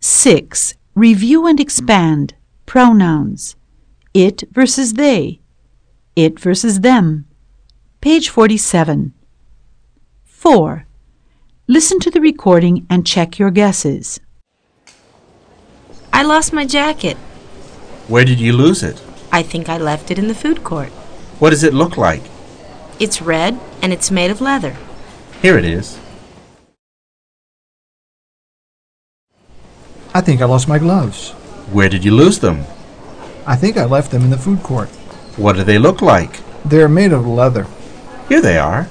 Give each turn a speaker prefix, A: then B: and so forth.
A: 6. Review and expand pronouns. It versus they. It versus them. Page 47. 4. Listen to the recording and check your guesses.
B: I lost my jacket.
C: Where did you lose it?
B: I think I left it in the food court.
C: What does it look like?
B: It's red and it's made of leather.
C: Here it is.
D: I think I lost my gloves.
C: Where did you lose them?
D: I think I left them in the food court.
C: What do they look like?
D: They're made of leather.
C: Here they are.